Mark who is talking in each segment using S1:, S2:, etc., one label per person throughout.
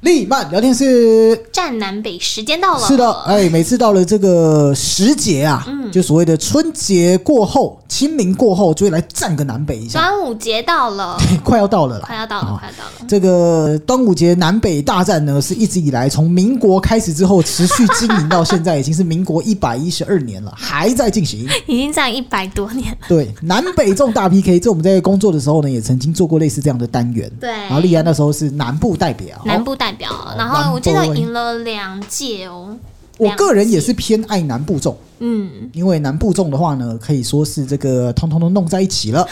S1: 丽曼聊天室。
S2: 站南北时间到了，嗯
S1: 是的，哎，每次到了这个时节啊，就所谓的春节过后、清明过后，就会来站个南北一下，
S2: 端午节到了，
S1: 快要到了啦，
S2: 啊快要到了，
S1: 哦
S2: 快要到了。
S1: 这个端午节南北大战呢，是一直以来从民国开始之后持续经营到现在，已经是民国一百一十二年了， 还在进行。
S2: 已经站一百多年了，
S1: 对，南北这种大 PK，这我们在工作的时候呢，也曾经做过类似这样的单元。
S2: 对
S1: 然后丽安那时候是南部代表，
S2: 南部代表，然
S1: 南
S2: 后
S1: 部
S2: 我记得赢了两届哦。
S1: 我个人也
S2: 两届，
S1: 是偏爱南部粽，
S2: 嗯，
S1: 因为南部粽的话呢，可以说是这个通通都弄在一起 了，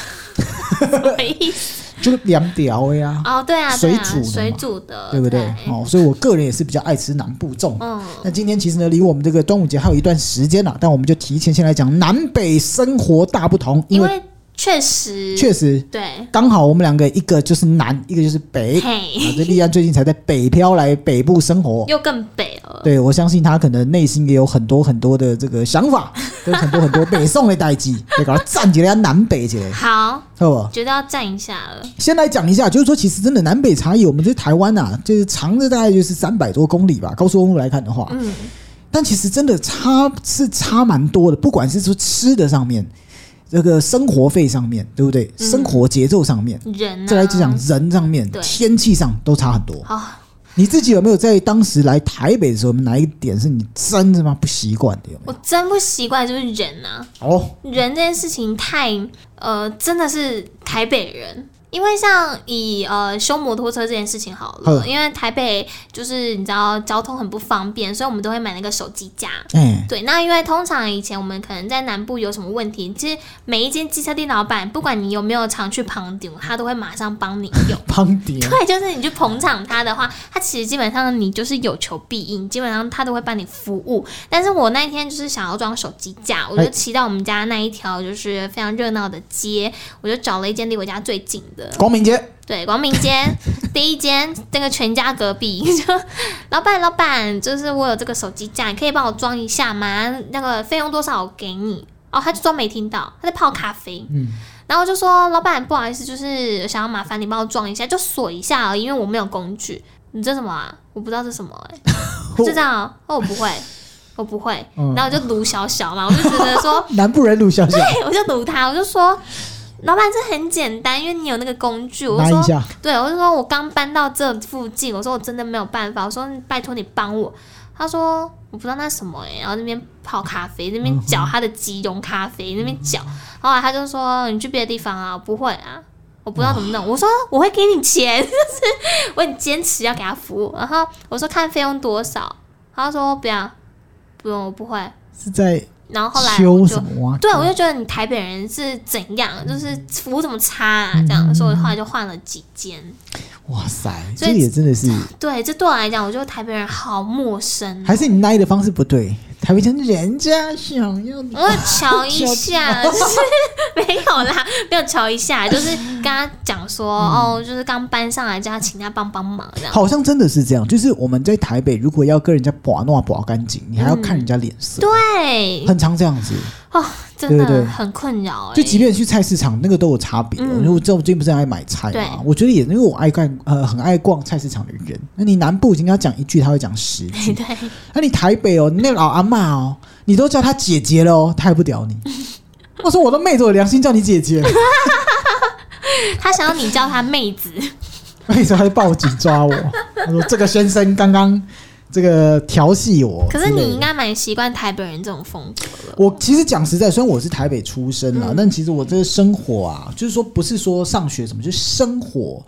S2: 什么意思？
S1: 就两条呀，
S2: 哦，对啊，
S1: 水
S2: 对
S1: 煮的
S2: 啊，
S1: 嘛
S2: 水煮的，
S1: 对不对？哦，所以我个人也是比较爱吃南部粽。
S2: 嗯，
S1: 那今天其实呢，离我们这个端午节还有一段时间啊了，但我们就提前先来讲南北生活大不同，因
S2: 因
S1: 为
S2: 为确实，
S1: 确实
S2: 对，
S1: 刚好我们两个一个就是南，一个就是北。啊，
S2: 嘿，
S1: 这丽安最近才在北漂来北部生 活，
S2: 又更北了，
S1: 对我相信她可能内心也有很多很多的这个想法，跟很多很多北宋的代 际，对，搞到站起来南北起来，
S2: 好，
S1: 好不好？
S2: 觉得要站一下了，
S1: 先来讲一下，就是说，其实真的南北差异，我们这台湾啊，就是长的大概就是三百多公里吧，高速公路来看的话，
S2: 嗯，
S1: 但其实真的差是差蛮多的，不管是说吃的上面，这个生活费上面，对不对？生活节奏上面，
S2: 人啊，哦
S1: 再来就讲人上面、
S2: 嗯对
S1: 天气上都差很多。
S2: 好，
S1: 你自己有没有在当时来台北的时候，哪一个点是你真的吗不习惯的？有没
S2: 我
S1: 有？
S2: 真不习惯就是人啊，
S1: 哦，
S2: 人这件事情太呃，真的是台北人。因为像以呃修摩托车这件事情好了，
S1: 嗯
S2: 因为台北就是你知道交通很不方便，所以我们都会买那个手机架。
S1: 哎、
S2: 对，那因为通常以前我们可能在南部有什么问题，其实每一间机车店老板，不管你有没有常去旁顶，他都会马上帮你用。
S1: 胖点，
S2: 对，就是你去捧场他的话，他其实基本上你就是有求必应，基本上他都会帮你服务。但是我那一天就是想要装手机架，我就
S1: 哎
S2: 骑到我们家那一条就是非常热闹的街，我就找了一间离我家最近的，
S1: 光明节，
S2: 对，光明街 第一间那个全家隔壁， 就老板老板，就是我有这个手机架，你可以帮我装一下吗？那个费用多少我给你？哦，他就装没听到，他在泡咖啡。
S1: 嗯，
S2: 然后就说老板不好意思，就是想要麻烦你帮我装一下，就锁一下而已，因为我没有工具。你这什么啊？我不知道这什么、欸，就这样 哦、哦，我不会，我不会。
S1: 嗯
S2: 然后我就撸小小嘛，我就觉得说， 哎
S1: 南部人鲁小小，
S2: 嘿我就撸他，我就说。老板，这很简单，因为你有那个工具。我
S1: 拿
S2: 说
S1: 一，下，
S2: 对，我就说我刚搬到这附近，我说我真的没有办法，我说拜托你帮我。他说我不知道那是什么哎、然后那边泡咖啡，那边搅他的即溶咖啡，那边搅，后来他就说你去别的地方啊，我不会啊，我不知道怎么弄。我说我会给你钱， 就是我很坚持要给他服务。然后我说看费用多少，他说不要，不用，我不会。
S1: 是在
S2: 然后后来我
S1: 修
S2: 就
S1: 什么啊？
S2: 对，我就觉得你台北人是怎样，就是服务怎么差、啊、这样，所以我后来就换了几间。
S1: 哇塞，
S2: 所
S1: 这
S2: 以嗯
S1: 也真的是，
S2: 对，这对我来讲，我觉得台北人好陌生。
S1: 还是你奈的方式不对，台北腔人家想要的
S2: 我有 瞧一下，就是 没有啦，没有瞧一下，就是跟他讲说，
S1: 嗯
S2: 哦，就是刚搬上来，叫他请他帮帮忙这样。
S1: 好像真的是这样，就是我们在台北，如果要跟人家把弄把干净，你还要看人家脸色，
S2: 对，
S1: 很常这样子。
S2: 哦，真
S1: 对对
S2: 的很困扰哎、
S1: 就即便去菜市场，那个都有差别。
S2: 嗯
S1: 因为我知道我最近不是很爱买菜
S2: 对
S1: 嘛，我觉得也是因为我爱看呃很爱逛菜市场的人。那你南部已经跟他讲一句，他会讲十句。
S2: 对，
S1: 那你台北哦，你那老阿嬷哦，你都叫她姐姐了哦，她还不屌 你。我说我都昧着我良心叫你姐姐，
S2: 他想要你叫他妹子，
S1: 那时候她就报警抓我。 她说这个先生刚刚这个调戏我之
S2: 可
S1: 类的。
S2: 是你应该蛮习惯台北人这种风格了。
S1: 我其实讲实在，虽然我是台北出生
S2: 嗯
S1: 啦，但其实我这个生活啊，就是说不是说上学什么，就是生活，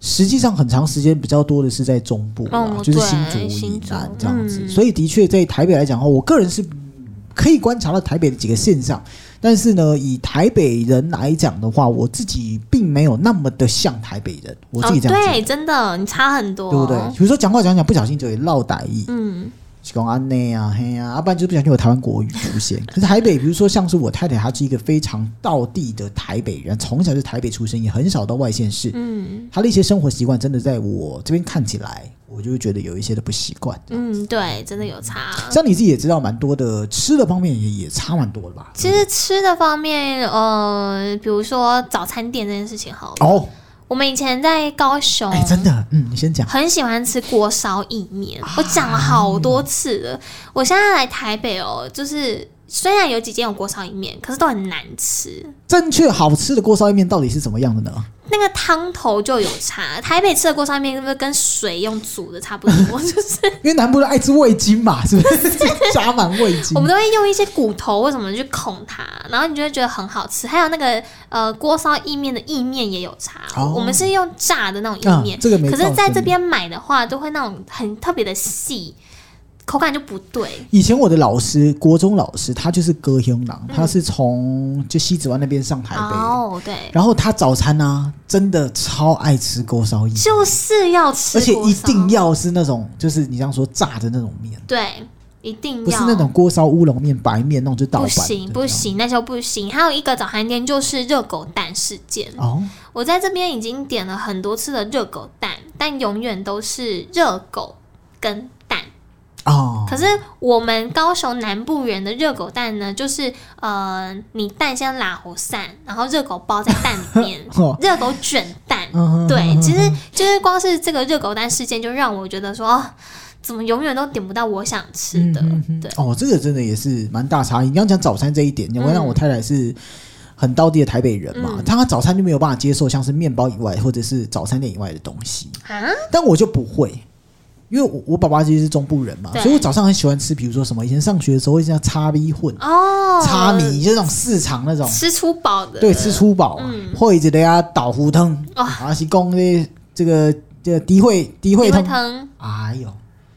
S1: 实际上很长时间比较多的是在中部啦，
S2: 哦
S1: 就是
S2: 对
S1: 新竹、
S2: 新
S1: 以
S2: 竹
S1: 南这样子。
S2: 嗯
S1: 所以的确在台北来讲的话，我个人是可以观察到台北的几个现象，但是呢，以台北人来讲的话，我自己并没有那么的像台北人，我自己这样
S2: 哦，
S1: 觉得。
S2: 对，真的，你差很多，
S1: 对不对？比如说讲话讲讲，不小心就会落歹意，
S2: 哦嗯，
S1: 是讲安内啊，嘿啊，要、不然就不小心有台湾国语出 现。可是台北，比如说像是我太太，她是一个非常道地的台北人，从小就是台北出生，也很少到外县市。
S2: 嗯
S1: 她的一些生活习惯，真的在我这边看起来，我就会觉得有一些的不习惯。
S2: 嗯，对，真的有差。
S1: 像你自己也知道，蛮多的吃的方面也也差蛮多的吧？
S2: 其实吃的方面，呃，比如说早餐店这件事情好了，
S1: 哦，
S2: 我们以前在高雄，
S1: 哎、真的，啊嗯，你先讲。
S2: 很喜欢吃锅烧意面，我讲了好多次了。我现在来台北哦，就是虽然有几间有锅烧意面，可是都很难吃。
S1: 正确好吃的锅烧意面到底是怎么样的 呢？
S2: 那个汤头就有差，台北吃的锅烧意面是不是跟水用煮的差不多？ 就是
S1: 因为南部人爱吃味精嘛，是不是？ 加满味精
S2: 我。们都会用一些骨头或什么去孔它，然后你就会觉得很好吃。还有那个呃锅烧意面的意面也有差，
S1: 哦
S2: 我们是用炸的那种意面，
S1: 嗯这个没
S2: 可是
S1: 放
S2: 在
S1: 生
S2: 这边买的话，都会那种很特别的细，口感就不对。
S1: 以前我的老师，国中老师，他就是歌兄郎，他是从就西子湾那边上台北的，
S2: 嗯哦，对，
S1: 然后他早餐呢、啊，真的超爱吃锅烧意面，
S2: 就是要吃
S1: 而且
S2: 锅烧，
S1: 一定要是那种就是你这样说炸的那种面，
S2: 对，一定要
S1: 不是那种锅烧乌龙面、白面那种就倒
S2: 不
S1: 板的
S2: 行不行，那时候不行。还有一个早餐店就是热狗蛋事件，
S1: 这样哦，
S2: 我在这边已经点了很多次的热狗蛋，但永远都是热狗跟蛋。
S1: 哦，
S2: 可是我们高雄南部人的热狗蛋呢，就是呃，你蛋先拉糊散，然后热狗包在蛋里面
S1: 哦，
S2: 热狗卷蛋。
S1: 嗯
S2: 对，其实就是光是这个热狗蛋事件，就让我觉得说，哦怎么永远都点不到我想吃的。
S1: 嗯嗯嗯
S2: 对，嗯
S1: 哦，这个真的也是蛮大差异。你刚讲早餐这一点，你会让我太太是很道地的台北人嘛，她早餐就没有办法接受像是面包以外或者是早餐店以外的东西，
S2: 啊，
S1: 但我就不会。因为我我爸爸其实是中部人嘛，
S2: 对
S1: 所以我早上很喜欢吃，比如说什么以前上学的时候会这样叉逼混、
S2: 哦，
S1: 叉米，就是那种市场那种，
S2: 吃粗饱的，
S1: 对，吃粗饱，啊
S2: 嗯哦
S1: 或者人家倒胡汤，
S2: 哇
S1: 啊是讲的这个这个诋毁诋毁
S2: 你会
S1: 汤，
S2: 疼
S1: 哎呦，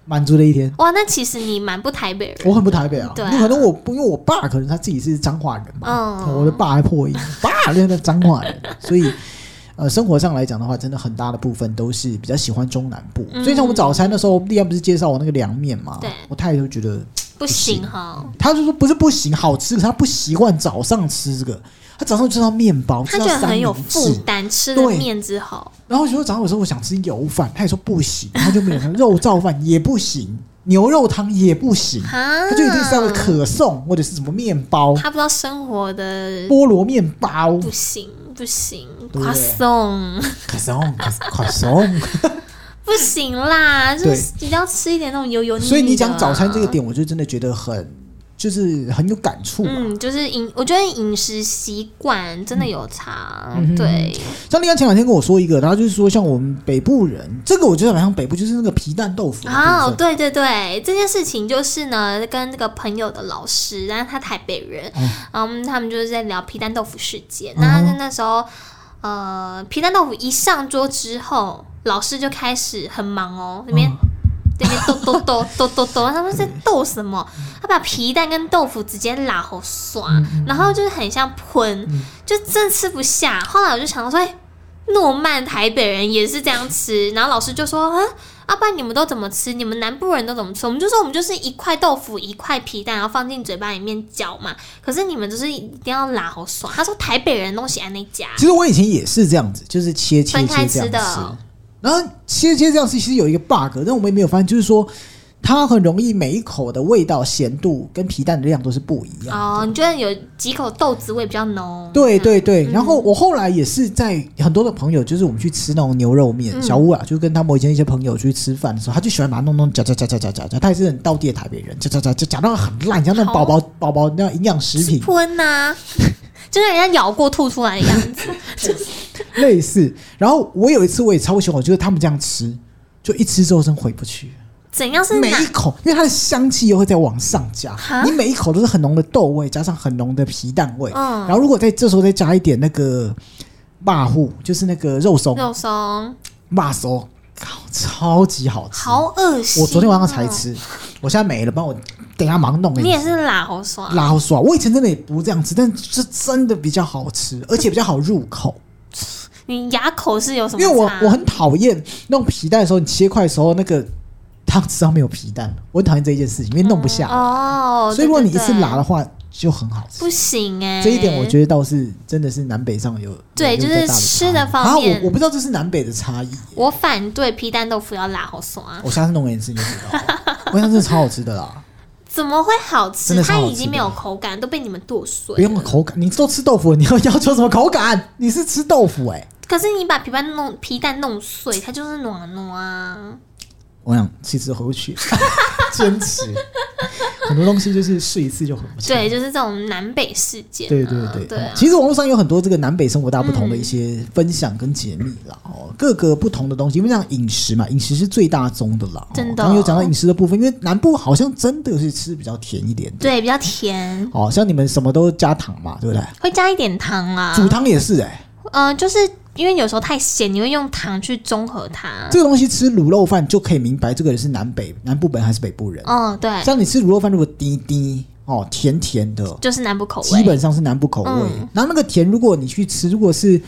S1: 满足了一天。
S2: 哇！那其实你蛮不台北人，
S1: 我很不台北啊，
S2: 对啊
S1: 因为可能我不因为我爸可能他自己是彰化人嘛，哦
S2: 嗯
S1: 我的爸还破音，爸那个彰化人，所以呃，生活上来讲的话，真的很大的部分都是比较喜欢中南部，
S2: 嗯
S1: 所以像我们早餐的时候，丽安不是介绍我那个凉面嘛
S2: 对，
S1: 我太太就觉得，
S2: 不行哈。
S1: 她就说不是不行，好吃，可是她不习惯早上吃这个，她早上就吃到面包，
S2: 他
S1: 吃
S2: 觉
S1: 到
S2: 得
S1: 三
S2: 很有
S1: 明
S2: 负
S1: 治
S2: 担，吃了
S1: 对
S2: 面之后，
S1: 然后我就说早上有时候我想吃油饭，她也说不行，她就没有肉燥饭也不行，牛肉汤也不 行。
S2: 哈，
S1: 他就一定是要哦个可颂或者是什么面包、
S2: 啊他不知道生活的
S1: 菠萝面包、
S2: 不行不行，
S1: 对
S2: 夸送
S1: 可颂、可颂。
S2: 不行啦，就是一定要吃一点那种油油腻腻的。啊
S1: 所以你讲早餐这个，点，我就真的觉得很，就是很有感触啊。
S2: 嗯，就是饮，我觉得饮食习惯真的有差，
S1: 嗯哼
S2: 对，
S1: 像丽安前两天跟我说一个，他就是说像我们北部人，这个我觉得好像北部就是那个皮蛋豆腐的部
S2: 哦，
S1: 分
S2: 对对对，这件事情就是呢，跟这个朋友的老师，然后他台北人，
S1: 嗯
S2: 嗯，他们就是在聊皮蛋豆腐事件。
S1: 嗯
S2: 那
S1: 哼
S2: 那那时候，呃，皮蛋豆腐一上桌之后，老师就开始很忙哦，那
S1: 嗯
S2: 边、那边抖抖抖 抖抖抖，他们在抖什么？他把皮蛋跟豆腐直接拉好刷，然后就是很像喷，就真吃不下。后来我就想说，哎、诺曼台北人也是这样吃，然后老师就说啊。要、不然你们都怎么吃？你们南部人都怎么吃？我们就说我们就是一块豆腐一块皮蛋，然后放进嘴巴里面嚼嘛。可是你们就是一定要拉好爽。他说台北人东西按那夹，
S1: 其实我以前也是这样子，就是切切
S2: 分开
S1: 切
S2: 吃
S1: 这样
S2: 的
S1: 吃。然后切切这样吃，其实有一个 bug，但我们也没有发现，就是说它很容易每一口的味道、咸度跟皮蛋的量都是不一样的。
S2: 哦，你觉得有几口豆子味比较浓？
S1: 对对对，
S2: 嗯
S1: 然后我后来也是在很多的朋友，就是我们去吃那种牛肉面，
S2: 嗯
S1: 小屋啊，就跟他们以前一些朋友去吃饭的时候，他就喜欢把它弄弄夹夹夹夹夹夹夹，他也是很道地的台北人，夹夹夹夹夹到很烂，像那种宝宝宝宝那样营养食品
S2: 喷呐、 就是人家咬过吐出来的样 子。
S1: 类似。然后我有一次我也超喜欢，我觉得他们这样吃，就一吃之后真回不去，
S2: 怎样是
S1: 每
S2: 哪？
S1: 一口，因为它的香气又会再往上加
S2: 哈，
S1: 你每一口都是很浓的豆味，加上很浓的皮蛋味，
S2: 嗯
S1: 然后如果在这时候再加一点那个霸户，就是那个肉松。
S2: 肉松，
S1: 骂手，靠，超级好吃。
S2: 好啊恶心、哦
S1: 我昨天晚上才，吃，我现在没了，帮我等一下忙弄给
S2: 你
S1: 你
S2: 也。是拉好爽，
S1: 拉好爽，我以前真的也不这样吃，但是真的比较好吃，而且比较好入口。
S2: 你牙口是有什
S1: 因
S2: 么
S1: 为
S2: 差？
S1: 我我很讨厌弄皮蛋的时候，你切块的时候那个汤汁上面有皮蛋，我很讨厌这一件事情，因为弄不下。
S2: 哦，
S1: 所以如果你一次
S2: 对
S1: 拉的，话，就很好
S2: 对对
S1: 吃
S2: 不。行哎、
S1: 这一点我觉得倒是真的是南北上有
S2: 对
S1: 有一个
S2: 就
S1: 大
S2: 是
S1: 差异
S2: 吃的方面
S1: 啊，我我不知道这是南北的差异耶。
S2: 我反对皮蛋豆腐要拉好爽啊，
S1: 我下次弄给你吃，你就知道了。我想真的超好吃的啦。
S2: 怎么会好吃？
S1: 真的超
S2: 它
S1: 好吃的
S2: 已经没有口感，都被你们剁碎
S1: 不。用口感，你都吃豆腐，你要要求什么口感？你是吃豆腐哎、
S2: 可是你把皮蛋弄皮蛋弄碎，它就是暖暖啊。
S1: 我想弃之后去， 坚持很多东西就是试一次就很不错。
S2: 对，就是这种南北事件、啊。
S1: 对对对，
S2: 对啊嗯
S1: 其实网络上有很多这个南北生活大不同的一些分享跟解密啦，哦，各个不同的东西，因为像饮食嘛，饮食是最大宗的啦。哦
S2: 真的
S1: 刚刚有讲到饮食的部分，因为南部好像真的是吃比较甜一点的，
S2: 对，比较甜，
S1: 哦，像你们什么都加糖嘛，对不对？
S2: 会加一点糖啊。
S1: 煮汤也是哎、
S2: 呃，就是因为有时候太咸，你会用糖去中和它。
S1: 这个东西吃卤肉饭就可以明白这个人是南北南部人还是北部人。
S2: 哦，对，
S1: 像你吃卤肉饭，如果滴滴哦，甜甜的，
S2: 就是南部口
S1: 基
S2: 味。
S1: 本上是南部口味。
S2: 嗯
S1: 然后那个甜，如果你去吃，如果是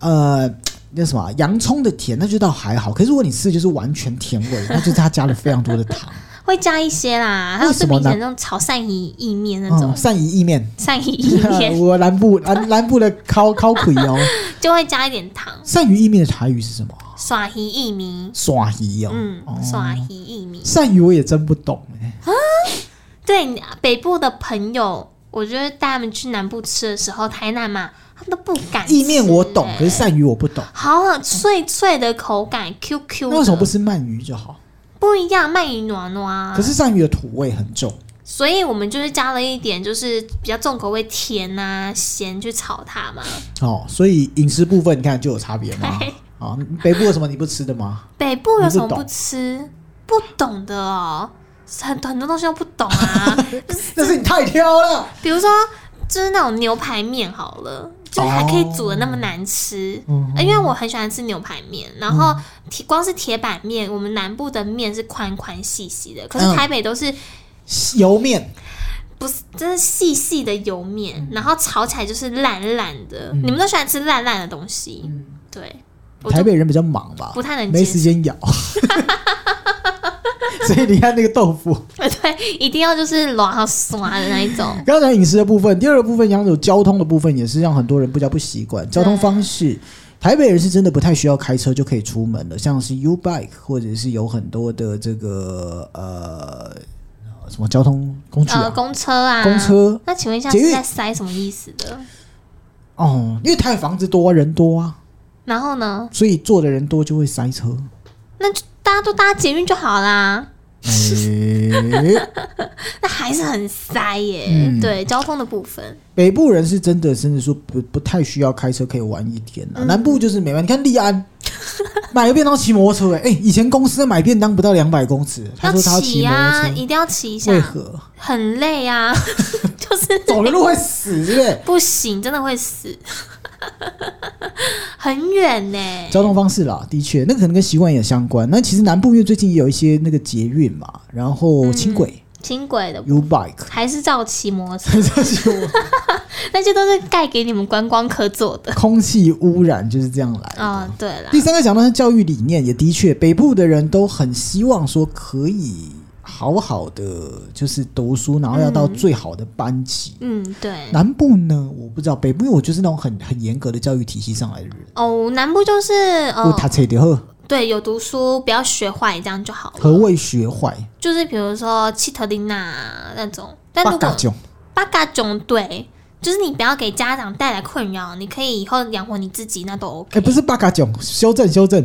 S1: 呃那什么啊洋葱的甜，那就倒还好。可是如果你吃的就是完全甜 味，那就是它加了非常多的糖。
S2: 会加一些啦，还有
S1: 为什
S2: 最
S1: 么
S2: 明
S1: 呢
S2: 显那种炒鳝鱼意面那种
S1: 嗯，，鳝鱼意面，
S2: 鳝鱼意 面
S1: 我南部南南部的 烤烤鬼哦，
S2: 就会加一点糖，
S1: 鳝鱼意面的台语是什么啊？
S2: 耍鱼意米，
S1: 耍鱼哦，
S2: 嗯，耍鱼意米。
S1: 鳝鱼我也真不懂哎、
S2: 对，你北部的朋友，我觉得带他们去南部吃的时候，台南嘛，他们都不敢吃、
S1: 意面我懂，
S2: 欸
S1: 可是鳝鱼我不懂。
S2: 好好脆脆的口感，Q Q。
S1: 那为什么不吃鳗鱼就好？
S2: 不一样？鳗鱼暖暖啊。
S1: 可是鳝鱼的土味很重，
S2: 所以我们就是加了一点，就是比较重口味，甜啊、咸去炒它嘛。
S1: 哦，所以饮食部分你看就有差别吗？啊，北部有什么你不吃的吗？
S2: 北部有什么
S1: 你不
S2: 不
S1: 懂
S2: 吃？不懂的哦，很很多东西都不懂 啊。
S1: 那是你太挑了。
S2: 比如说，就是那种牛排面好了，就是还可以煮的那么难吃。
S1: 嗯
S2: 呃因为我很喜欢吃牛排面，然后铁光是铁板面，我们南部的面是宽宽细细的，可是
S1: 嗯
S2: 台北都是
S1: 油面，
S2: 不是，真是细细的油面，
S1: 嗯
S2: 然后炒起来就是烂烂的。你们都喜欢吃烂烂的东西，
S1: 嗯
S2: 对， 我
S1: 台
S2: 就
S1: 北人比较忙吧
S2: 不，太能
S1: 没
S2: 接
S1: 时
S2: 受。
S1: 间咬。 所以你看那个豆腐，
S2: 对，一定要就是软和酸的那一种。
S1: 刚才饮食的部分，第二个部分讲有交通的部分，也是让很多人不较不习惯交通方式。台北人是真的不太需要开车就可以出门的，像是 U Bike 或者是有很多的这个呃什么交通工具
S2: 呃，
S1: 啊，
S2: 公车啊，
S1: 公车。
S2: 那请问一下
S1: 捷运
S2: 是在塞什么意思的？
S1: 哦，因为台北房子多人多啊，
S2: 然后呢，
S1: 所以坐的人多就会塞 车。
S2: 那就大家都搭捷运就好啦。
S1: 哎
S2: 那还是很塞耶、
S1: 嗯
S2: 对，交通的部分，
S1: 北部人是真的，甚至说不不太需要开车可以玩一天
S2: 嗯
S1: 啊。南部就是没办法，你看利 安买个便当骑摩托车、欸，哎、以前公司买便当不到两百公尺，他
S2: 要
S1: 说他要骑
S2: 骑
S1: 摩
S2: 啊，
S1: 托
S2: 一定要骑一
S1: 车，为
S2: 下，
S1: 何
S2: 很累啊， 就是
S1: 走的路会死，对不 对？
S2: 不行，真的会死， 很远呢、
S1: 交通方式啦，的确，那个可能跟习惯也相关。那其实南部因为最近也有一些那个捷运嘛，然
S2: 嗯
S1: 后轻轨、
S2: 轻轨的
S1: U Bike，
S2: 还是照骑摩托车，
S1: 这是我
S2: 那些都是盖给你们观光客做的。
S1: 空气污染就是这样来的。
S2: 啊、对啦，
S1: 第三个讲到是教育理念，也的确，北部的人都很希望说可以好好的就是读书，然后要到最好的班级。
S2: 嗯，对。
S1: 南部呢，我不知道，北部因为我就是那种很很严格的教育体系上来的人，
S2: 哦，南部就是
S1: 我
S2: 哦，
S1: 他彻底喝，
S2: 对，有读书，不要学坏，这样就好
S1: 何
S2: 了。
S1: 谓学坏？
S2: 就是比如说七特琳娜那种，但
S1: 八
S2: 如
S1: 嘎
S2: 果
S1: 囧，
S2: 八嘎囧，对，就是你不要给家长带来困扰，你可以以后养活你自己，那都 OK。
S1: 哎，不是八嘎囧，修正修正，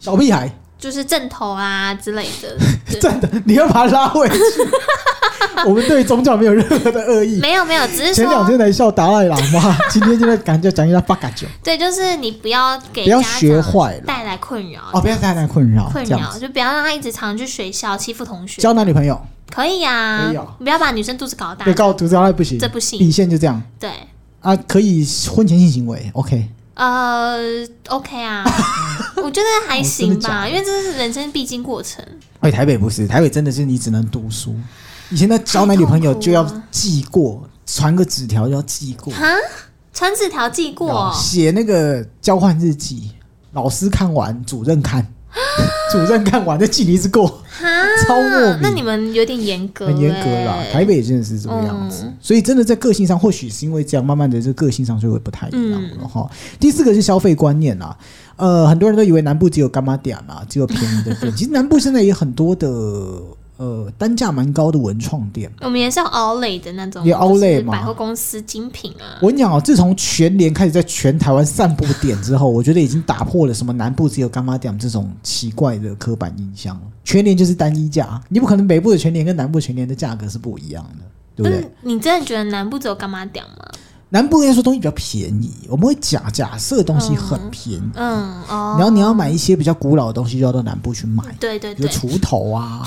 S1: 小屁孩，
S2: 就是正头啊之类 的，对
S1: 真的，你要把他拉 回去。我们对宗教没有任何的恶意。
S2: 没有没有，只是
S1: 前两
S2: 说
S1: 天来笑达赖喇嘛，今天就在赶就讲一下八嘎囧。
S2: 对，就是你不要给
S1: 不要
S2: 家长
S1: 学坏了
S2: 带来困扰
S1: 哦，不要太太困扰，
S2: 困
S1: 这样
S2: 扰
S1: 子。
S2: 就不要让他一直常去学校欺负同学，
S1: 交男女朋友，
S2: 可以啊，
S1: 可以哦
S2: 不要把女生肚子搞大
S1: 被，告毒渣不行，
S2: 这不行
S1: 底线就这样
S2: 对，
S1: 啊，可以婚前性行为，OK，
S2: 呃 ，OK 啊，我觉得还
S1: 哦
S2: 行
S1: 真的假
S2: 吧，
S1: 的
S2: 因为这是人生必经过程，
S1: 哎，台北不是，台北真的是你只能读书，以前的交男女朋友就要记过，传个纸条就要记过，
S2: 哈，传纸条寄过，啊
S1: 写那个交换日记，老师看完，主任看， 主任看完再寄你一次过，
S2: 哈，
S1: 超莫名
S2: 那你们有点严格、欸，
S1: 很严格啦。台北也真的是这个样子，
S2: 嗯
S1: 所以真的在个性上，或许是因为这样，慢慢的这个性上就会不太一样了哈。
S2: 嗯
S1: 第四个是消费观念啦，啊 呃，很多人都以为南部只有干妈店啊，只有便宜的店，其实南部现在也很多的呃单价蛮高的文创店。
S2: 我们也是有 Olay 的那种，
S1: 也 Outlet
S2: 就是
S1: 嘛
S2: 百货公司精品啊。
S1: 我跟你讲哦，自从全联开始在全台湾散布点之后，我觉得已经打破了什么南部只有干妈店这种奇怪的刻板印象了。全联就是单一价，你不可能北部的全联跟南部全联的价格是不一样的，对不
S2: 但
S1: 对？
S2: 是嗯你真的觉得南部只有干妈屌吗？
S1: 南部应该说东西比较便宜，我们会假假设东西很便宜，
S2: 嗯哦，
S1: 然后你要买一些比较古老的东西，就要到南部去买，
S2: 对对
S1: 比如
S2: 对，
S1: 锄头 啊、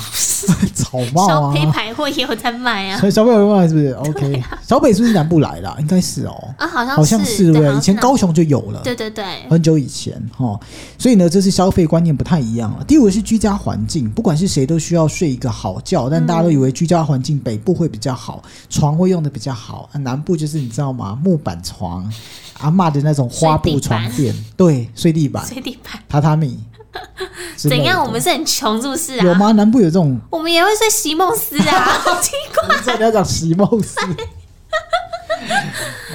S1: 草帽
S2: 烧
S1: 啊。
S2: 胚百货也有在卖啊。
S1: 所以小北有卖是不是？OK，小北是不是南部来的啊？应该是哦，
S2: 啊，好像
S1: 好像
S2: 是
S1: 是对不
S2: 对，
S1: 对？
S2: 好像
S1: 以前
S2: 是
S1: 高雄啊就有了
S2: 南，对对对，
S1: 很久以前哈，所以呢，这是消费观念不太一样了。第五个是居家环境，不管是谁都需要睡一个好觉，但大家都以为居家环境北部会比较好，床会用的比较好，啊、南部就是你知道吗？木板床，阿嬷的那种花布床垫，对，睡地板、
S2: 水地板
S1: 榻榻米之类的，
S2: 怎样？我们是很穷，是不是
S1: 有
S2: 啊？
S1: 吗？南部有这 种？
S2: 我们也会睡席梦思啊， 好奇怪。
S1: 你知道你要讲席梦思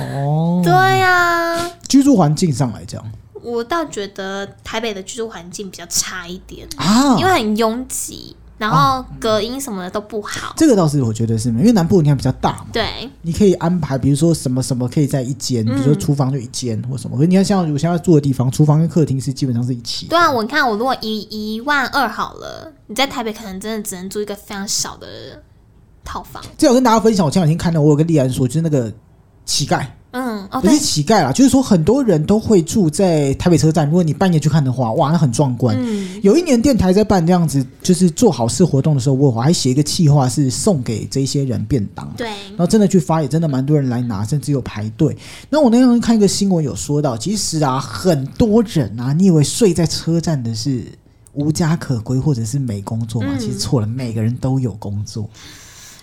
S1: 哦，
S2: 对呀、
S1: 居住环境上来讲
S2: 我倒觉得台北的居住环境比较差一点，
S1: 啊
S2: 因，为很拥挤，然后隔音什么的都不好。
S1: 这个倒是我觉得是，因为南部你看比较大嘛。
S2: 对，
S1: 你可以安排，比如说什么什么可以在一间，比
S2: 嗯
S1: 如说厨房就一间或什么。可是你看，像我现在住的地方，厨房跟客厅是基本上是一起的。
S2: 对啊，我看我如果一一万二好了，你在台北可能真的只能住一个非常小的套房。
S1: 这我跟大家分享，我前两天看到，我有跟丽安说，就是那个乞丐，
S2: 嗯，
S1: 不
S2: 哦
S1: 是，
S2: 对
S1: 乞丐啦，就是说很多人都会住在台北车站。如果你半夜去看的话，哇，那很壮观。
S2: 嗯，
S1: 有一年电台在办这样子，就是做好事活动的时候，我还写一个企划，是送给这些人便当。
S2: 对
S1: 然，后真的去发，也真的蛮多人来拿，甚至有排队。那我那天看一个新闻有说到，其实啊，很多人啊，你以为睡在车站的是无家可归或者是没工作吗？
S2: 嗯
S1: 其实错了，每个人都有工作。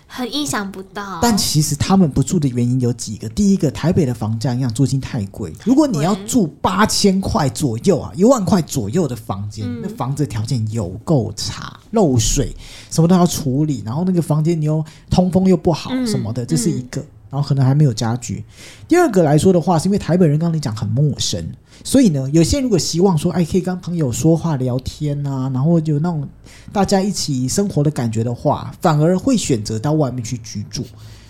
S2: 很意想不到。
S1: 但其实他们不住的原因有几个，第一个，台北的房价一样，租金太贵。如果你要住八千块左右啊，一万块左右的房间，那
S2: 嗯
S1: 房子条件有够差，漏水什么都要处理，然后那个房间你又通风又不好
S2: 嗯
S1: 什么的，这是一个。然后可能还没有家具。第二个来说的话，是因为台北人刚刚你讲很陌生，所以呢，有些人如果希望说，哎，可以跟朋友说话聊天啊，然后有那种大家一起生活的感觉的话，反而会选择到外面去居住。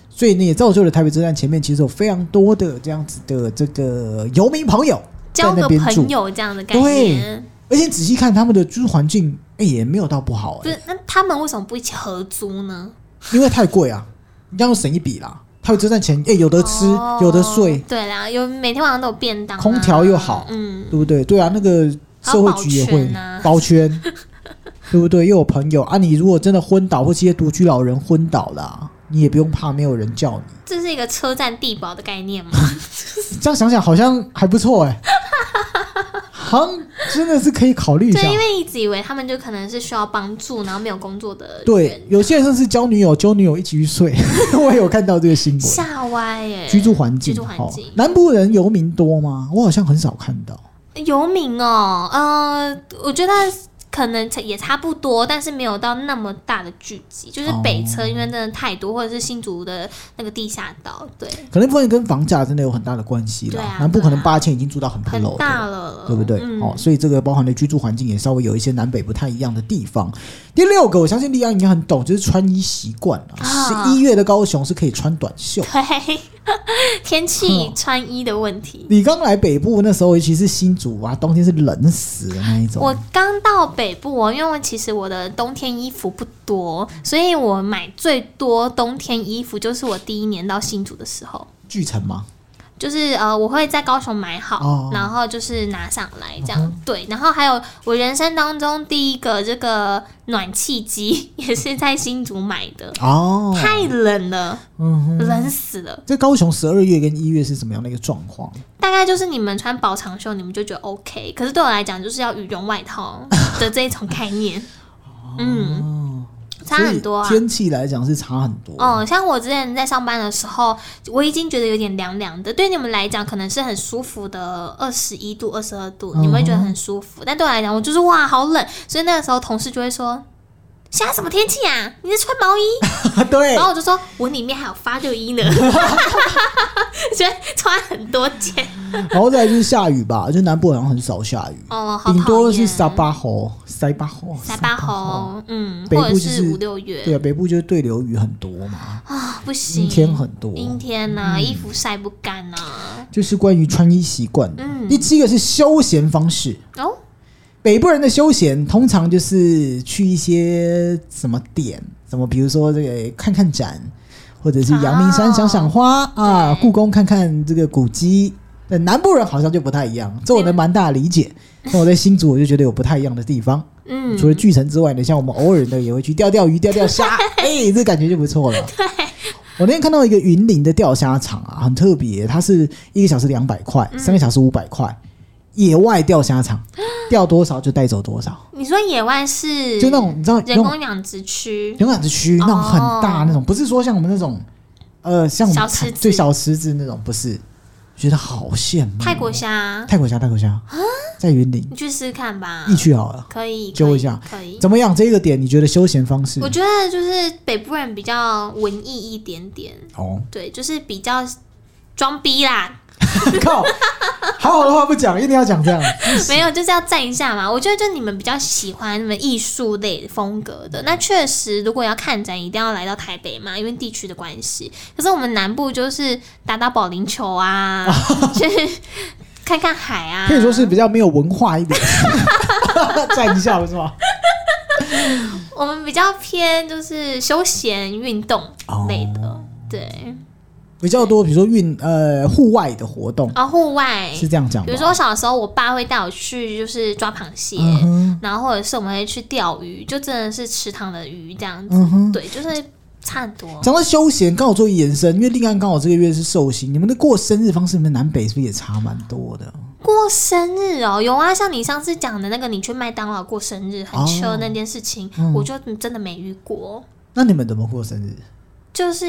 S1: 所以呢，也造就了台北车站前面其实有非常多的这样子的这个游民朋友在
S2: 交
S1: 那
S2: 个
S1: 边住
S2: 朋，友这样的概
S1: 对
S2: 念，
S1: 而且仔细看他们的居住环境，哎、也没有到不好、
S2: 不
S1: 哎，
S2: 是？那他们为什么不一起合租呢？
S1: 因为太贵啊，你这样省一笔啦。台北车站前，哎、有的吃，
S2: 哦
S1: 有的睡，
S2: 对啦，有每天晚上都有便当啊、
S1: 空调又好
S2: 嗯，
S1: 对不对？对啊，那个社会局也
S2: 还有
S1: 会
S2: 保全啊
S1: 包圈， 对不对？又有朋友啊，你如果真的昏倒或这些独居老人昏倒了啊，你也不用怕没有人叫你。
S2: 这是一个车站地堡的概念嘛？
S1: 这样想想好像还不错 哎、好像真的是可以考 虑一下
S2: 对，。因为一直以为他们就可能是需要帮助，然后没有工作的
S1: 对，有些人甚至交女友，揪女友一起去 睡，我也有看到这个新闻。
S2: 吓歪耶、
S1: 居住环境，
S2: 居住环境
S1: 哦南部人游民多吗？我好像很少看到。
S2: 游民哦，呃，我觉得可能也差不多，但是没有到那么大的聚集。就是
S1: 哦
S2: 北车，因为真的太多，或者是新竹的那个地下道，对，
S1: 可能部分跟房价真的有很大的关系啦。
S2: 对啊
S1: 南部可能
S2: 对啊
S1: 八千已经住到很
S2: 很
S1: low 的
S2: 大
S1: 了，
S2: 了，
S1: 对不对？
S2: 嗯，
S1: 哦，所以这个包含的居住环境也稍微有一些南北不太一样的地方。第六个，我相信利安应该很懂，就是穿衣习惯啊。
S2: 啊
S1: 十一月的高雄是可以穿短袖。
S2: 对，天气穿衣的问题。
S1: 你刚来北部那时候，尤其是新竹啊，冬天是冷死的那一种。
S2: 我刚到北部哦，因为其实我的冬天衣服不多，所以我买最多冬天衣服就是我第一年到新竹的时候，
S1: 巨城吗？
S2: 就是呃，我会在高雄买好，
S1: 哦嗯
S2: 然后就是拿上来这样。对，然后还有我人生当中第一个这个暖气机也是在新竹买的，
S1: 哦，
S2: 太冷了，
S1: 嗯哼。
S2: 冷死了。
S1: 在高雄十二月跟一月是怎么样的一个状况？
S2: 大概就是你们穿薄长袖，你们就觉得 OK，可是对我来讲，就是要羽绒外套的这一种概念，嗯，
S1: 哦，
S2: 差很多啊。
S1: 所以天气来讲是差很多。
S2: 哦，像我之前在上班的时候，我已经觉得有点凉凉的。对你们来讲，可能是很舒服的，二十一度、二十
S1: 嗯
S2: 二度，你们会觉得很舒服。但对我来讲，我就是哇，好冷。所以那个时候同事就会说：“现在什么天气啊？你在穿 毛衣？
S1: 对
S2: 然，后我就说，我里面还有发热衣呢， 所以穿很多件。
S1: 然后再来就是下雨吧，就南部好像很少下雨，
S2: 哦，好讨
S1: 顶
S2: 厌。
S1: 多是沙巴猴、塞巴猴、
S2: 塞巴。猴，嗯，
S1: 北部
S2: 或者
S1: 就是是
S2: 五六月
S1: 对啊，北部就是对流雨很多嘛，
S2: 啊，不行，
S1: 阴天嗯很多。
S2: 阴天呐、衣服晒不干呐、啊
S1: 就是关于穿衣习惯的，
S2: 嗯
S1: 第七个是休闲方式。
S2: 哦，
S1: 北部人的休闲通常就是去一些什么点，什么比如说这个看看展，或者是阳明山
S2: 哦
S1: 赏赏花、啊，
S2: 对
S1: 故宫看看这个古迹。呃南部人好像就不太一样，这我能蛮大理解。那我在新竹我就觉得有不太一样的地方，
S2: 嗯，
S1: 除了巨城之外呢，像我们偶尔呢也会去钓钓鱼、钓钓 虾，哎、这感觉就不错了。
S2: 对，
S1: 我那天看到一个云林的钓虾场啊，很特别，它是一个小时两百块，三个小时五百块，野外钓虾场，钓多少就带走多少，
S2: 你说野外是
S1: 就那种你知道那
S2: 人
S1: 种
S2: 工养殖区，
S1: 游泳区那种很大
S2: 哦
S1: 那种，不是说像我们那种，呃，像我们
S2: 小池子
S1: 对小池子那种，不是，觉得好羡慕。
S2: 泰国虾，啊
S1: 泰国虾，泰国虾，在云林
S2: 你去试试看吧，
S1: 一区好了，
S2: 可以
S1: 揪
S2: 可以
S1: 一下
S2: 可以。
S1: 怎么样？这个点你觉得休闲方式
S2: 我？觉得就是北部人比较文艺一点点，
S1: 哦，
S2: 对，就是比较装逼啦，
S1: 靠，好好的话不讲，一定要讲
S2: 啊
S1: 这样。
S2: 没有就是要赞一下嘛。我觉得就你们比较喜欢那么艺术类风格的，那确实如果要看展，一定要来到台北嘛，因为地区的关系。可是我们南部就是打打保龄球 啊，去看看海啊，
S1: 可以说是比较没有文化一点， 站一下不是吗？
S2: 我们比较偏就是休闲运动类的，
S1: 哦
S2: 对，
S1: 比较多，比如说运呃户外的活动，
S2: 然后户外，
S1: 是这样讲吗？
S2: 比如说小时候我爸会带我去就是抓螃蟹，
S1: 嗯哼，
S2: 然后或者是我们会去钓鱼，就真的是池塘的鱼这样子，
S1: 嗯哼。
S2: 对，就是差很多。
S1: 讲到休闲，刚好做延伸，因为另安刚好这个月是寿星，你们的过生日方式，你们南北是不是也差蛮多的？
S2: 过生日哦，有啊，像你上次讲的那个你去麦当劳过生日很
S1: 哦
S2: 糗那件事情，
S1: 嗯
S2: 我就真的没遇过，
S1: 那你们怎么过生日？
S2: 就是。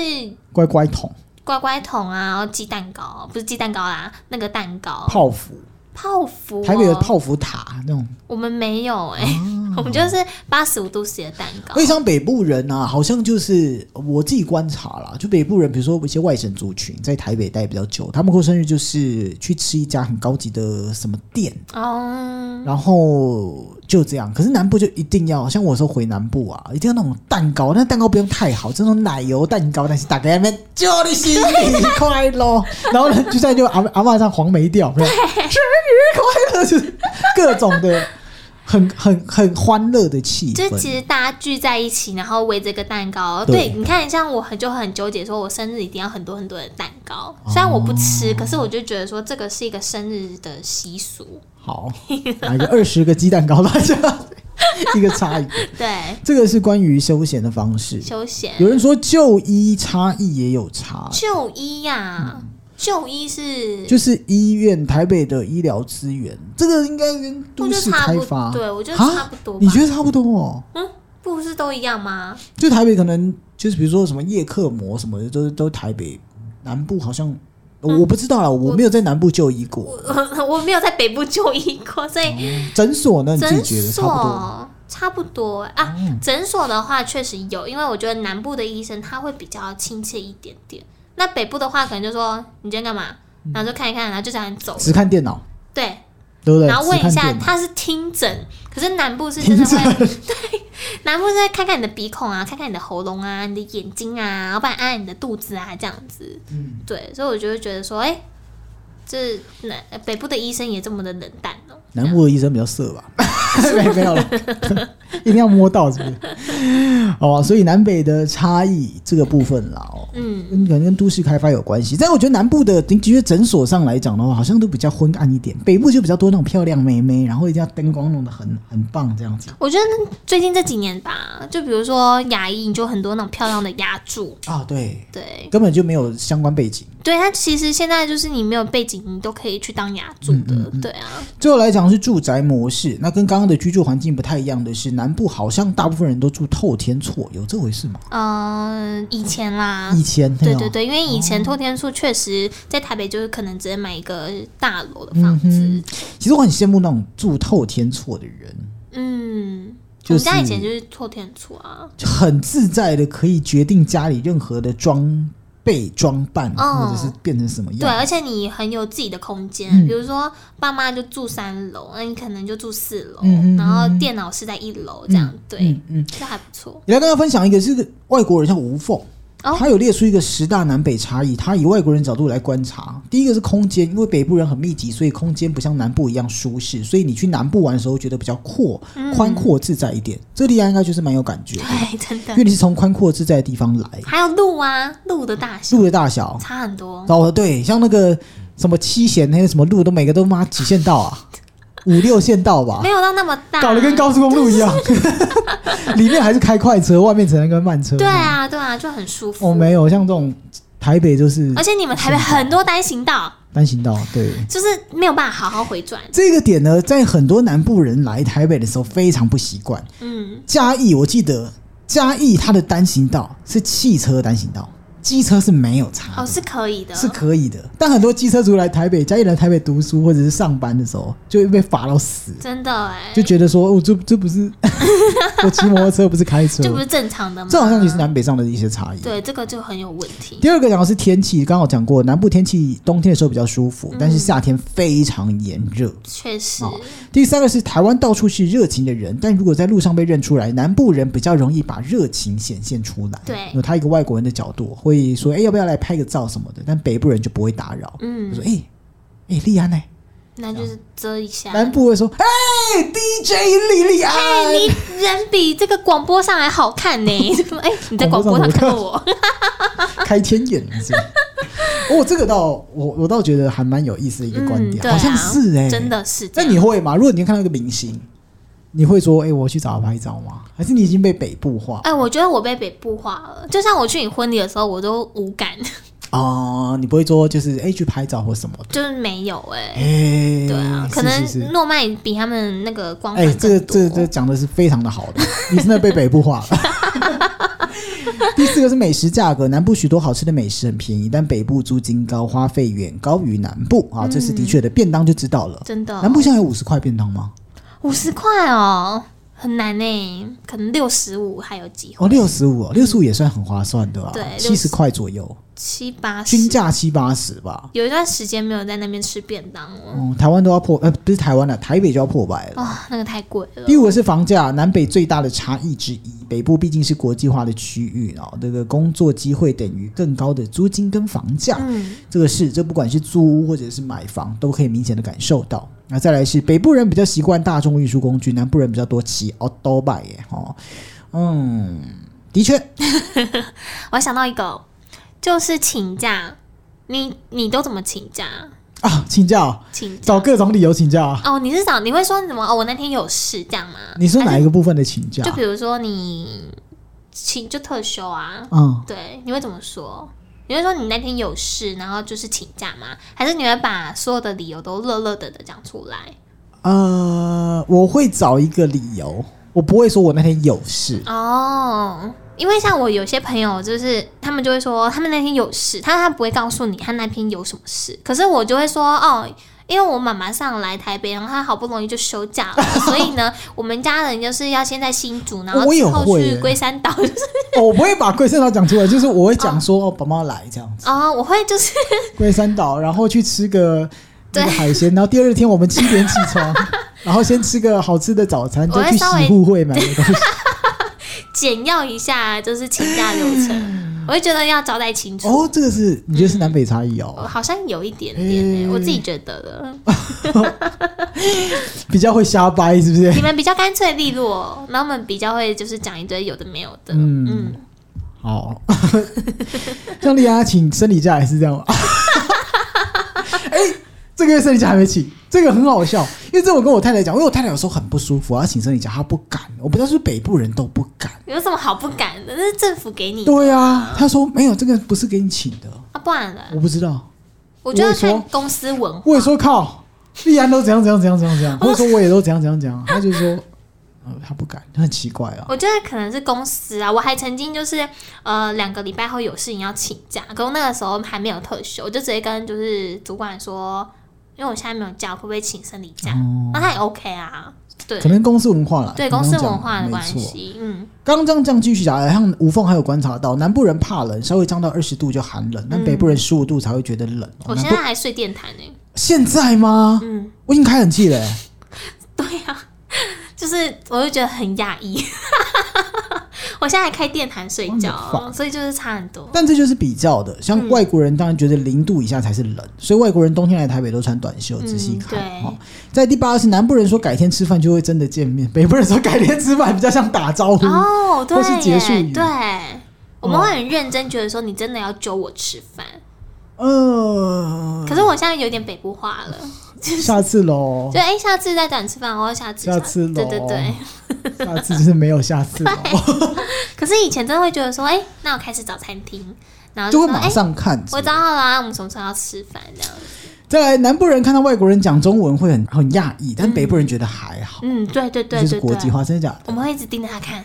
S1: 乖乖桶、
S2: 乖乖桶啊，然后鸡蛋糕不是鸡蛋糕啦，那个蛋糕
S1: 泡芙，
S2: 泡芙、哦，
S1: 哦台北有泡哦芙塔那种。
S2: 我们没有哎、 我们就是八十五度 C 的蛋糕
S1: 因。为像北部人啊，好像就是我自己观察啦，就北部人，比如说一些外省族群在台北待比较久，他们过生日就是去吃一家很高级的什么店，
S2: 哦，
S1: 然后就这样。可是南部就一定要，像我说回南部啊，一定要那种蛋糕，那蛋糕不用太好，这种奶油蛋糕，但是打开那边祝你新年快乐，然后呢就在就阿阿妈上黄梅调，没有生日快乐，就是各种的很很很欢乐的气
S2: 就是其
S1: 氛。
S2: 实大家聚在一起，然后围着个蛋糕。
S1: 对
S2: 对，你看，像我很就很纠结，说我生日一定要很多很多的蛋糕。虽然我不
S1: 哦
S2: 吃，可是我就觉得说这个是一个生日的习俗。
S1: 好，来个二十个鸡蛋糕，大家 一个差一个。
S2: 对，
S1: 这个是关于休闲的方式。
S2: 休闲
S1: 有人说就医差异也有差，
S2: 就医呀、就医是
S1: 嗯就是医院台北的医疗资源，这个应该跟
S2: 我
S1: 都
S2: 觉
S1: 市
S2: 得差
S1: 开
S2: 不
S1: 发，
S2: 对我觉得
S1: 啊
S2: 差不多吧。
S1: 你觉得差不多哦？
S2: 嗯，不是都一样吗？
S1: 就台北可能就是比如说什么夜客模什么的，都都台北南部好像、我不知道啦，我没有在南部就医过，
S2: 嗯我 我没有在北部就医过，所以
S1: 诊所哦呢你自己
S2: 诊
S1: 觉得差不多？嗯
S2: 所差不多啊，诊所的话确实有，因为我觉得南部的医生他会比较亲切一点点。那北部的话，可能就说你今天干嘛，
S1: 嗯
S2: 然后就看一看，然后就这样走。
S1: 只看电脑，
S2: 对，
S1: 对不对？
S2: 然后问
S1: 只
S2: 一
S1: 看
S2: 下，
S1: 电脑
S2: 他是听诊，可是南部是真的会，对，南部是会看看你的鼻孔啊，看看你的喉咙啊，你的眼睛啊，然后不然按按你的肚子啊，这样子。
S1: 嗯
S2: 对，所以我就会觉得说，哎、这南北部的医生也这么的冷淡哦、
S1: 南部的医生比较色吧？ 没没有了， 一定要摸到是不是？哦，所以南北的差异这个部分啦，哦，
S2: 嗯，
S1: 嗯，可能跟都市开发有关系。但我觉得南部的，的确诊所上来讲的话，好像都比较昏暗一点，北部就比较多那种漂亮妹妹，然后一定要灯光弄得很很棒这样子
S2: 我觉得最近这几年吧，就比如说牙医，你就很多那种漂亮的牙柱，
S1: 啊，对，
S2: 对
S1: 根本就没有相关背景。
S2: 对，它其实现在就是你没有背景，你都可以去当牙柱的，对啊，
S1: 最后来讲是住宅模式，那跟刚刚的居住环境不太一样的是，南部好像大部分人都住透天厝，有这回事吗？
S2: 嗯、以前哦啦。
S1: 以前哦
S2: 对
S1: 有
S2: 对对，因为以前透天厝确实在台北就是可能直接买一个大嗯楼的房子，
S1: 其实我很羡慕那种住透天厝的人，
S2: 嗯，我
S1: 就
S2: 们
S1: 是
S2: 家以前就是做天醋啊，
S1: 很自在的可以决定家里任何的装备、装扮，
S2: 嗯
S1: 或者是变成什么
S2: 对，
S1: 样。嗯
S2: 而且你很有自己的空间，比如说爸妈就住三楼，那你可能就住四楼，
S1: 嗯嗯嗯
S2: 然后电脑是在一楼，这样、对
S1: 嗯，嗯，
S2: 这还不错。
S1: 也来跟大家分享一个是个外国人，像吴凤。
S2: 哦
S1: 他有列出一个十大南北差异，他以外国人角度来观察。第一个是空间，因为北部人很密集，所以空间不像南部一样舒适，所以你去南部玩的时候觉得比较阔、
S2: 嗯
S1: 宽阔、自在一点。这个地方应该就是蛮有感觉的，
S2: 对，真
S1: 因
S2: 的
S1: 为。你是从宽阔自在的地方来，
S2: 还有路啊，路的大小
S1: 路的大小，
S2: 差很多。
S1: 然后对，像那个什么七贤那些什么路都每个都妈几线道 啊，五六线道吧
S2: 没，有啊到那么大，
S1: 搞得跟高速公路一样， 里面还是开快车，外面只能跟慢车。
S2: 对啊，对啊，就很舒服。
S1: 哦，没有，像这种台北就是
S2: 而且你们台北很多单行道，
S1: 单行道，对。
S2: 就是没有办法好好回转。
S1: 这个点呢，在很多南部人来台北的时候非常不习惯。
S2: 嗯，
S1: 嘉义，我记得嘉义它的单行道是汽车单行道，机车是没有差
S2: 哦，
S1: 的，
S2: 是可以的，
S1: 是可以的。但很多机车族来台北，嘉义来台北读书或者是上班的时候，就会被罚到死，
S2: 真的哎、
S1: 就觉得说，哦，这这不 是我骑摩托车，不是开车
S2: 这，不是正常的吗？
S1: 这好像也是南北上的一些差异。
S2: 对，这个就很有问题。
S1: 第二个讲的是天气，刚好讲过，南部天气冬天的时候比较舒
S2: 嗯
S1: 服，但是夏天非常炎热。
S2: 确实，
S1: 哦第三个是台湾到处是热情的人，但如果在路上被认出来，南部人比较容易把热情显现出来。
S2: 对
S1: 有他一个外国人的角度会说，哎、要不要来拍个照什么的？但北部人就不会打扰，就
S2: 嗯，
S1: 说，哎、哎、莉安呢、
S2: 那就是遮一下。
S1: 南部会说，哎、d j 莉莉安，
S2: 哎，你人比这个广播上还好看 呢、哎、你在广播上看到我，
S1: 开天眼了 是吧哦，这个倒我我倒觉得还蛮有意思的一个观点，
S2: 对啊，
S1: 好像是哎、
S2: 真。的是这
S1: 那
S2: 样。
S1: 你会吗？如果你看到一个明星，你会说，哎、我去找他拍照吗？还是你已经被北部化？
S2: 哎、我觉得我被北部化了，就像我去你婚礼的时候，我都无感，
S1: 哦，你不会说就是哎、去拍照或什么的，
S2: 就是没有哎、
S1: 哎、
S2: 对啊，
S1: 是
S2: 可能
S1: 是是
S2: 诺曼比他们那个光
S1: 哎、
S2: 环
S1: 这个
S2: 更多。
S1: 这个这个讲的是非常的好的， 你真的被北部化了。 第四个是美食价格，南部许多好吃的美食很便宜，但北部租金高，花费远高于南部啊，
S2: 嗯
S1: 这是的确的。便当就知道了，
S2: 真的
S1: 南部现在有五十块便当吗？
S2: 五十块哦，很难呢、可能六十五还有机会，
S1: 哦，六十五，六十五也算很划算的啊，
S2: 对
S1: 七十块左右，
S2: 七八
S1: 均
S2: 十。
S1: 价七八十吧。
S2: 有一段时间没有在那边吃便当了，
S1: 嗯，台湾都要破，呃，不是台湾了，台北就要破百了。
S2: 啊、那个太贵了
S1: 第。五个是房价，南北最大的差异之一。北部毕竟是国际化的区域啊、哦，这个工作机会等于更高的租金跟房价，
S2: 嗯，
S1: 这个是这不管是租屋或者是买房，都可以明显的感受到。那再来是北部人比较习惯大众运输工具，南部人比较多骑 a u t o b i 耶哦，嗯，的确，
S2: 我还想到一个，就是请假，你你都怎么请假？
S1: 啊，请假哦
S2: 请假
S1: 找各种理由请假啊。
S2: 哦，你是找你会说什么？哦，我那天有事这样吗？
S1: 你说哪一啊
S2: 个？
S1: 个部分的请假
S2: 就？比如说你请就特休啊，
S1: 嗯，
S2: 对，你会怎么说？你会说你那天有事，然后就是请假吗？还是你会把所有的理由都乐乐的的讲出来？
S1: 呃，我会找一个理由，我不会说我那天有事。
S2: 哦，因为像我有些朋友，就是他们就会说他们那天有事，他他不会告诉你他那天有什么事，可是我就会说哦。因为我妈妈上来台北，然后她好不容易就休假了，所以 呢，我们家人就是要先在新竹，然后
S1: 我也
S2: 之
S1: 有
S2: 后
S1: 会
S2: 去
S1: 耶
S2: 龟山岛。就是
S1: 哦，我不会把龟山岛讲出来，就是我会讲 说哦，爸妈来这样子，
S2: 哦，我会就是
S1: 龟山岛，然后去吃个那
S2: 对
S1: 个海鲜，然后第二天我们七点起 床，然后先吃个好吃的早餐，
S2: 我
S1: 再
S2: 会
S1: 去
S2: 稍微
S1: 洗护会买个东 西。
S2: 简要一下，就是请假流 程，我会觉得要交代清楚。
S1: 哦，这个是你觉得是南北差异哦，
S2: 哦好像有一点点、欸，
S1: 诶
S2: 我自己觉得的。
S1: 比较会瞎掰是不 是
S2: 你？们比较干脆利落，然后我们比较会就是讲一堆有的没有的。
S1: 嗯
S2: 嗯，
S1: 好，哦 像丽亚请生理假也是这样 吗？哎、 哎这个月生理假还没请，这个很好笑，因为这我跟我太太讲，因为我太太有时候很不舒服，要请生理假，她不敢，我不知道是不是北部人都不敢。
S2: 有什么好不敢的？那是政府给你的
S1: 对啊，他说没有，这个不是给你请的，
S2: 啊，不然呢？
S1: 我不知道。
S2: 我觉得要
S1: 我也
S2: 看
S1: 说
S2: 公司文化。
S1: 我也说靠，必然都怎样怎样怎样怎样怎样，或者说我也都怎样怎样怎样，他就说，呃，他不敢，很奇怪啊。
S2: 我觉得可能是公司啊，我还曾经就是呃两个礼拜后有事情要请假，可我那个时候还没有特休，我就直接跟就是主管说，因为我现在没有假，我可不可以请生理假？那、他也 OK 啊，对
S1: 哦可能公司文化啦，
S2: 对
S1: 你刚
S2: 公
S1: 刚
S2: 司
S1: 讲
S2: 文化的
S1: 没
S2: 关
S1: 错
S2: 系，嗯，
S1: 刚刚这样这样继续讲，好像无缝还有观察到，南部人怕冷，稍微降到二十度就寒冷，但北部人十五度才会觉得冷。
S2: 嗯
S1: 哦
S2: 我
S1: 南
S2: 现
S1: 部
S2: 在还睡电毯呢、
S1: 现在吗？
S2: 嗯，
S1: 我已经开冷气了、欸。
S2: 对呀、就是我就觉得很压抑， 我现在还开电毯睡
S1: 哦 What the
S2: 觉，所以就是差很多。
S1: 但这就是比较的，
S2: 嗯
S1: 像外国人当然觉得零度以下才是冷，所以外国人冬天来台北都穿短袖。
S2: 嗯
S1: 仔细看
S2: 对
S1: 哦，在第八是南部人说改天吃饭就会真的见面，北部人说改天吃饭比较像打招呼。
S2: 哦，对
S1: 或是结束
S2: 耶
S1: 语，哦
S2: 对，我们会很认真觉得说你真的要揪我吃饭，
S1: 呃，
S2: 可是我现在有点北部化了，
S1: 哦下次喽
S2: 就，哎、下次再等吃饭，我要下次，
S1: 下次咯
S2: 对对对。
S1: 下次就是没有下次喽，
S2: 可是以前真的会觉得说，哎、那我开始找餐厅，然 后
S1: 就会
S2: 说，
S1: 马
S2: 哎、
S1: 上看。
S2: 我找好了、啊，我们什么时候要吃饭这样？
S1: 再来，南部人看到外国人讲中文会很很讶异，但北部人觉得还好，
S2: 嗯，对对对
S1: 就是
S2: 对
S1: 国际
S2: 对，
S1: 化，真的假
S2: 我
S1: 的？
S2: 们会一直盯着 他看，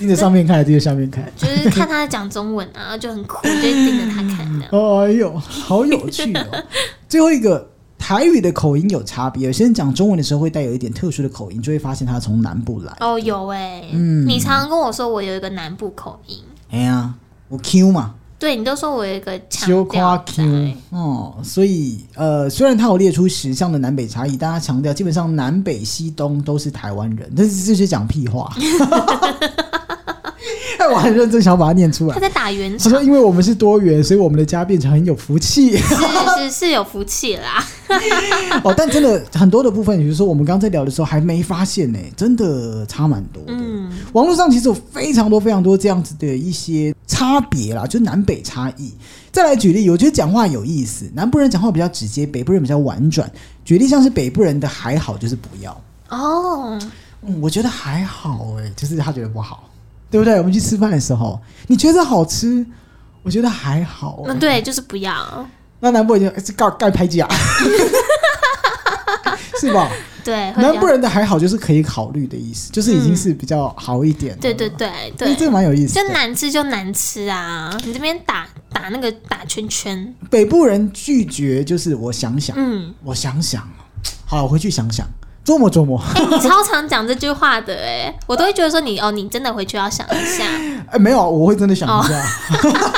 S1: 盯着上面看，盯着下面看。
S2: 就是看他讲中文啊，就很酷，就会盯着他看这 样。
S1: 哦，哎呦，好有趣 哦！最后一个台语的口音有差别，有些人讲中文的时候会带有一点特殊的口音，就会发现他从南部来。
S2: 哦，有哎、
S1: 嗯
S2: 你常常跟我说我有一个南部口音，
S1: 哎呀，我 Q 嘛，
S2: 对你都说我有一个
S1: 小
S2: 强调
S1: 夸
S2: 在
S1: Q 哦，所以呃，虽然他有列出十项的南北差异，但他强调基本上南北西东都是台湾人，但是这些讲屁 话。 哎，我很认真想把它念出来
S2: 他。在打圆
S1: 他
S2: 场，
S1: 说：“因为我们是多元，所以我们的家变成很有福气。”
S2: 是是是有福气啦。
S1: 哦，但真的很多的部分，比如说我们刚刚在聊的时候还没发现呢、真的差蛮多的。
S2: 嗯，
S1: 网络上其实有非常多非常多这样子的一些差别啦，就南北差异。再来举例，我觉得讲话有意思，南部人讲话比较直接，北部人比较婉转。举例像是北部人的还好就是不要，
S2: 哦，
S1: 嗯，我觉得还好哎、就是他觉得不好，对不对？我们去吃饭的时候，你觉得好吃，我觉得还好、欸
S2: 嗯，对，就是不要，
S1: 那南部人就哎这盖盖拍架，是吧？
S2: 对，会比较
S1: 南部人的还好，就是可以考虑的意思，就是已经是比较好一点、
S2: 对对，对
S1: 哎、这
S2: 对，
S1: 个蛮有意思
S2: 就
S1: 的。
S2: 难吃就难吃啊！你这边打打那个打圈圈，
S1: 北部人拒绝就是我想想，
S2: 嗯，
S1: 我想想，好，我回去想想，琢磨琢磨。
S2: 哎、你超常讲这句话的哎、我都会觉得说你哦，你真的回去要想一下。
S1: 哎、没有，我会真的想一下，
S2: 哦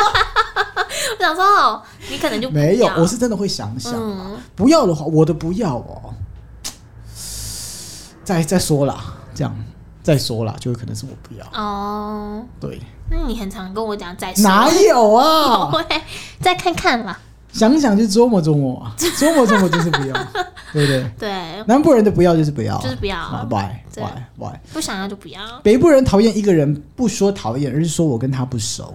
S2: 我想说哦，你可能就不
S1: 没 有
S2: 要，
S1: 我是真的会想想。
S2: 嗯，
S1: 不要的话，我的不要哦，再再说啦，这样再说啦，就有可能是我不要。
S2: 哦，
S1: 对，
S2: 那你很常跟我讲再说，
S1: 哪有啊？
S2: 会再看看啦。
S1: 想想就琢磨琢磨啊，琢磨琢磨就是不要，对不对？
S2: 对，
S1: 南部人的不要就是不要啊，
S2: 就是不要
S1: 啊，why
S2: 对
S1: why why？
S2: 不想要就不要。
S1: 北部人讨厌一个人，不说讨厌，而是说我跟他不熟。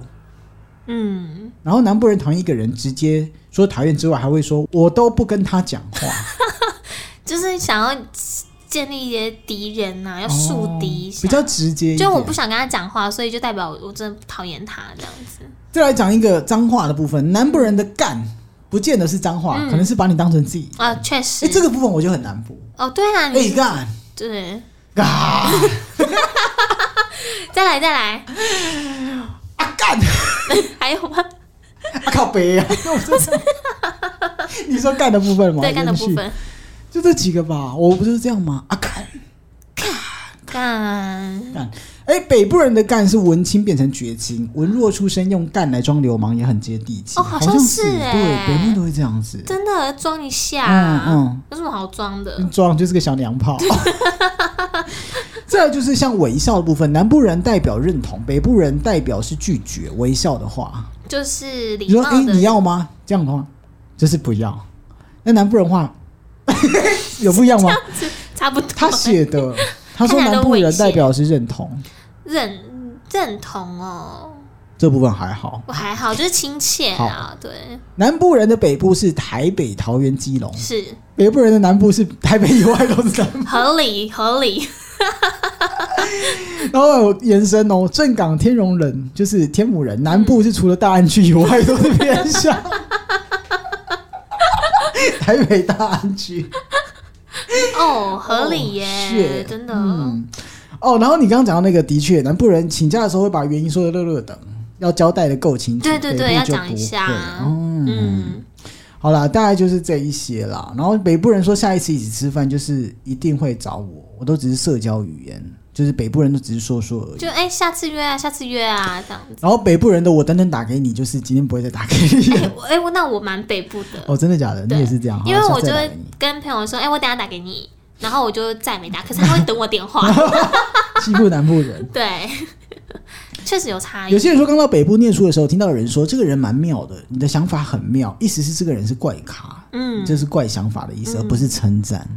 S2: 嗯，
S1: 然后南部人讨厌一个人，直接说讨厌之外，还会说我都不跟他讲话。
S2: 就是想要建立一些敌人呐、要树敌 一
S1: 哦
S2: 下。
S1: 比较直接一点。
S2: 就我不想跟他讲话，所以就代表我真的讨厌他这样子。
S1: 再来讲一个脏话的部分，南部人的干不见得是脏话，
S2: 嗯
S1: 可能是把你当成自己。
S2: 啊，确实，
S1: 哎，这个部分我就很难补。
S2: 哦，对啊，
S1: 哎
S2: 你
S1: 干
S2: 对，
S1: 干啊
S2: 再来再来，
S1: 啊干
S2: 还有吗？
S1: 啊靠北 啊！ 那我真的你说干的部分吗？
S2: 对，干的部
S1: 延续
S2: 分，
S1: 就这几个吧，我不就是这样吗？啊干。
S2: 干，
S1: 干。哎，北部人的干是文青变成绝情，文弱出身用干来装流氓也很接地气。
S2: 哦
S1: 好
S2: 好像
S1: 是
S2: 是哎
S1: 对，北部都会这样子，
S2: 真的装一下，啊
S1: 嗯嗯
S2: 有什么好装的？
S1: 装就是个小娘炮。 再来就是像微笑的部分，南部人代表认同，北部人代表是拒绝。微笑的话，
S2: 就是
S1: 你
S2: 礼
S1: 说
S2: 貌
S1: 哎
S2: 的，
S1: 你要吗？这样的话就是不要。那南部人话 有不一 样吗？
S2: 差不多。
S1: 他写的，他说
S2: 看起来
S1: 南
S2: 都
S1: 部
S2: 猥
S1: 人
S2: 亵
S1: 代表是认同，
S2: 认认同哦，
S1: 这部分还好。
S2: 我还好，就是亲切啊，对，
S1: 南部人的北部是台北、桃园、基隆，
S2: 是
S1: 北部人的南部是台北以外都是南部。
S2: 合理合理，
S1: 然后有延伸哦，正港、天龙人就是天母人，南部是除了大安区以外都是偏向 台北大安区，
S2: 哦，合理耶，
S1: shit
S2: 真的，
S1: 嗯，哦，然后你刚刚讲到那个，的确，南部人请假的时候会把原因说的热热的，要交代的够清楚，
S2: 对对
S1: 北
S2: 对，
S1: 部
S2: 要
S1: 就
S2: 讲
S1: 不哦
S2: 一下
S1: 会，
S2: 嗯，
S1: 好啦，大概就是这一些啦。然后北部人说下一次一起吃饭就是一定会找我，我都只是社交语言，就是北部人都只是说说而已。
S2: 就哎、下次约啊，下次约啊，这样子。
S1: 然后北部人的我等等打给你，就是今天不会再打给你
S2: 哎、
S1: 了。
S2: 我哎、我那我蛮北部的，
S1: 哦，真的假的？你
S2: 对
S1: 也是这样？好
S2: 因为
S1: 下次
S2: 我就
S1: 再打
S2: 会
S1: 给你
S2: 跟朋友说，哎、我等一下打给你，然后我就再也没打，可是他会等我 电话。
S1: 西部南部 人。
S2: 对，确实有差
S1: 有
S2: 异。
S1: 些人说，刚到北部念书的时候，听到有人说这个人蛮妙的，你的想法很妙，意思是这个人是怪咖，
S2: 嗯，
S1: 这是怪想法的意思，而不是称赞。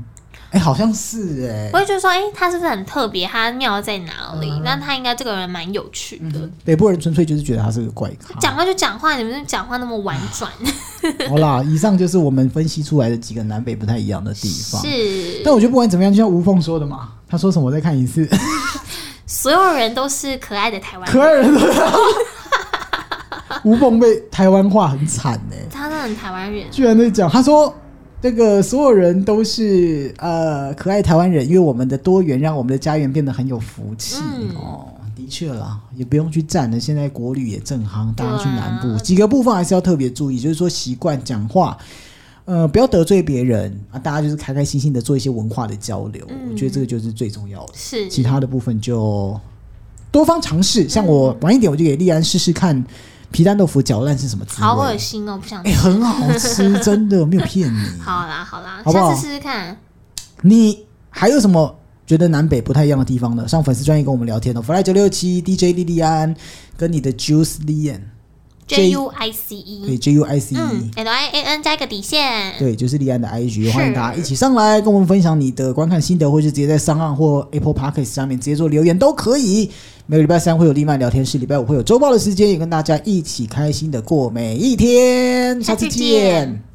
S1: 哎、好像是哎、
S2: 我会觉得说，哎、他是不是很特别？他妙在哪里？
S1: 嗯
S2: 那他应该这个人蛮有趣的。
S1: 北部人纯粹就是觉得他是个怪咖。
S2: 讲话就讲话，你们讲话那么婉转，
S1: 好啦，以上就是我们分析出来的几个南北不太一样的地方。
S2: 是
S1: 但我觉得不管怎么样，就像吴凤说的嘛，他说什么我再看一次，
S2: 所有人都是可爱的台湾
S1: 可
S2: 人，
S1: 爱人都知道。吴凤被台湾话很惨哎、
S2: 他那很台湾人。
S1: 居然在讲，他说那个所有人都是呃可爱台湾人，因为我们的多元让我们的家园变得很有福气、
S2: 嗯
S1: 哦。的确啦，也不用去站了。现在国旅也正夯，大家去南部、
S2: 对啊
S1: 几个部分还是要特别注意，就是说习惯讲话，呃，不要得罪别人啊，大家就是开开心心的做一些文化的交流。我觉得这个就是最重要的。
S2: 嗯是，
S1: 其他的部分就多方尝试。像我
S2: 嗯
S1: 晚一点，我就给丽安试试看皮蛋豆腐搅烂是什么滋味。
S2: 好恶心哦，不想
S1: 哎、
S2: 吃。
S1: 很好吃，真的没有骗你。
S2: 好啦好啦，
S1: 嗯好不好
S2: 下次试试看。
S1: 你还有什么觉得南北不太一样的地方呢？上粉丝专业跟我们聊天哦。fly 九六七 DJ 莉莉安跟你的 Juice Lian，J-
S2: J U I C
S1: 对
S2: E，
S1: J U I C E，、
S2: 嗯，L I A N 加一个底线。
S1: 对，就是莉安的 IG，
S2: 是
S1: 欢迎大家一起上来跟我们分享你的观看心得，或是直接在商岸或 Apple Podcast 上面直接做留言都可以。每个礼拜三会有丽曼聊天室，礼拜五会有周报的时间，也跟大家一起开心的过每一天。下次
S2: 下次见
S1: 见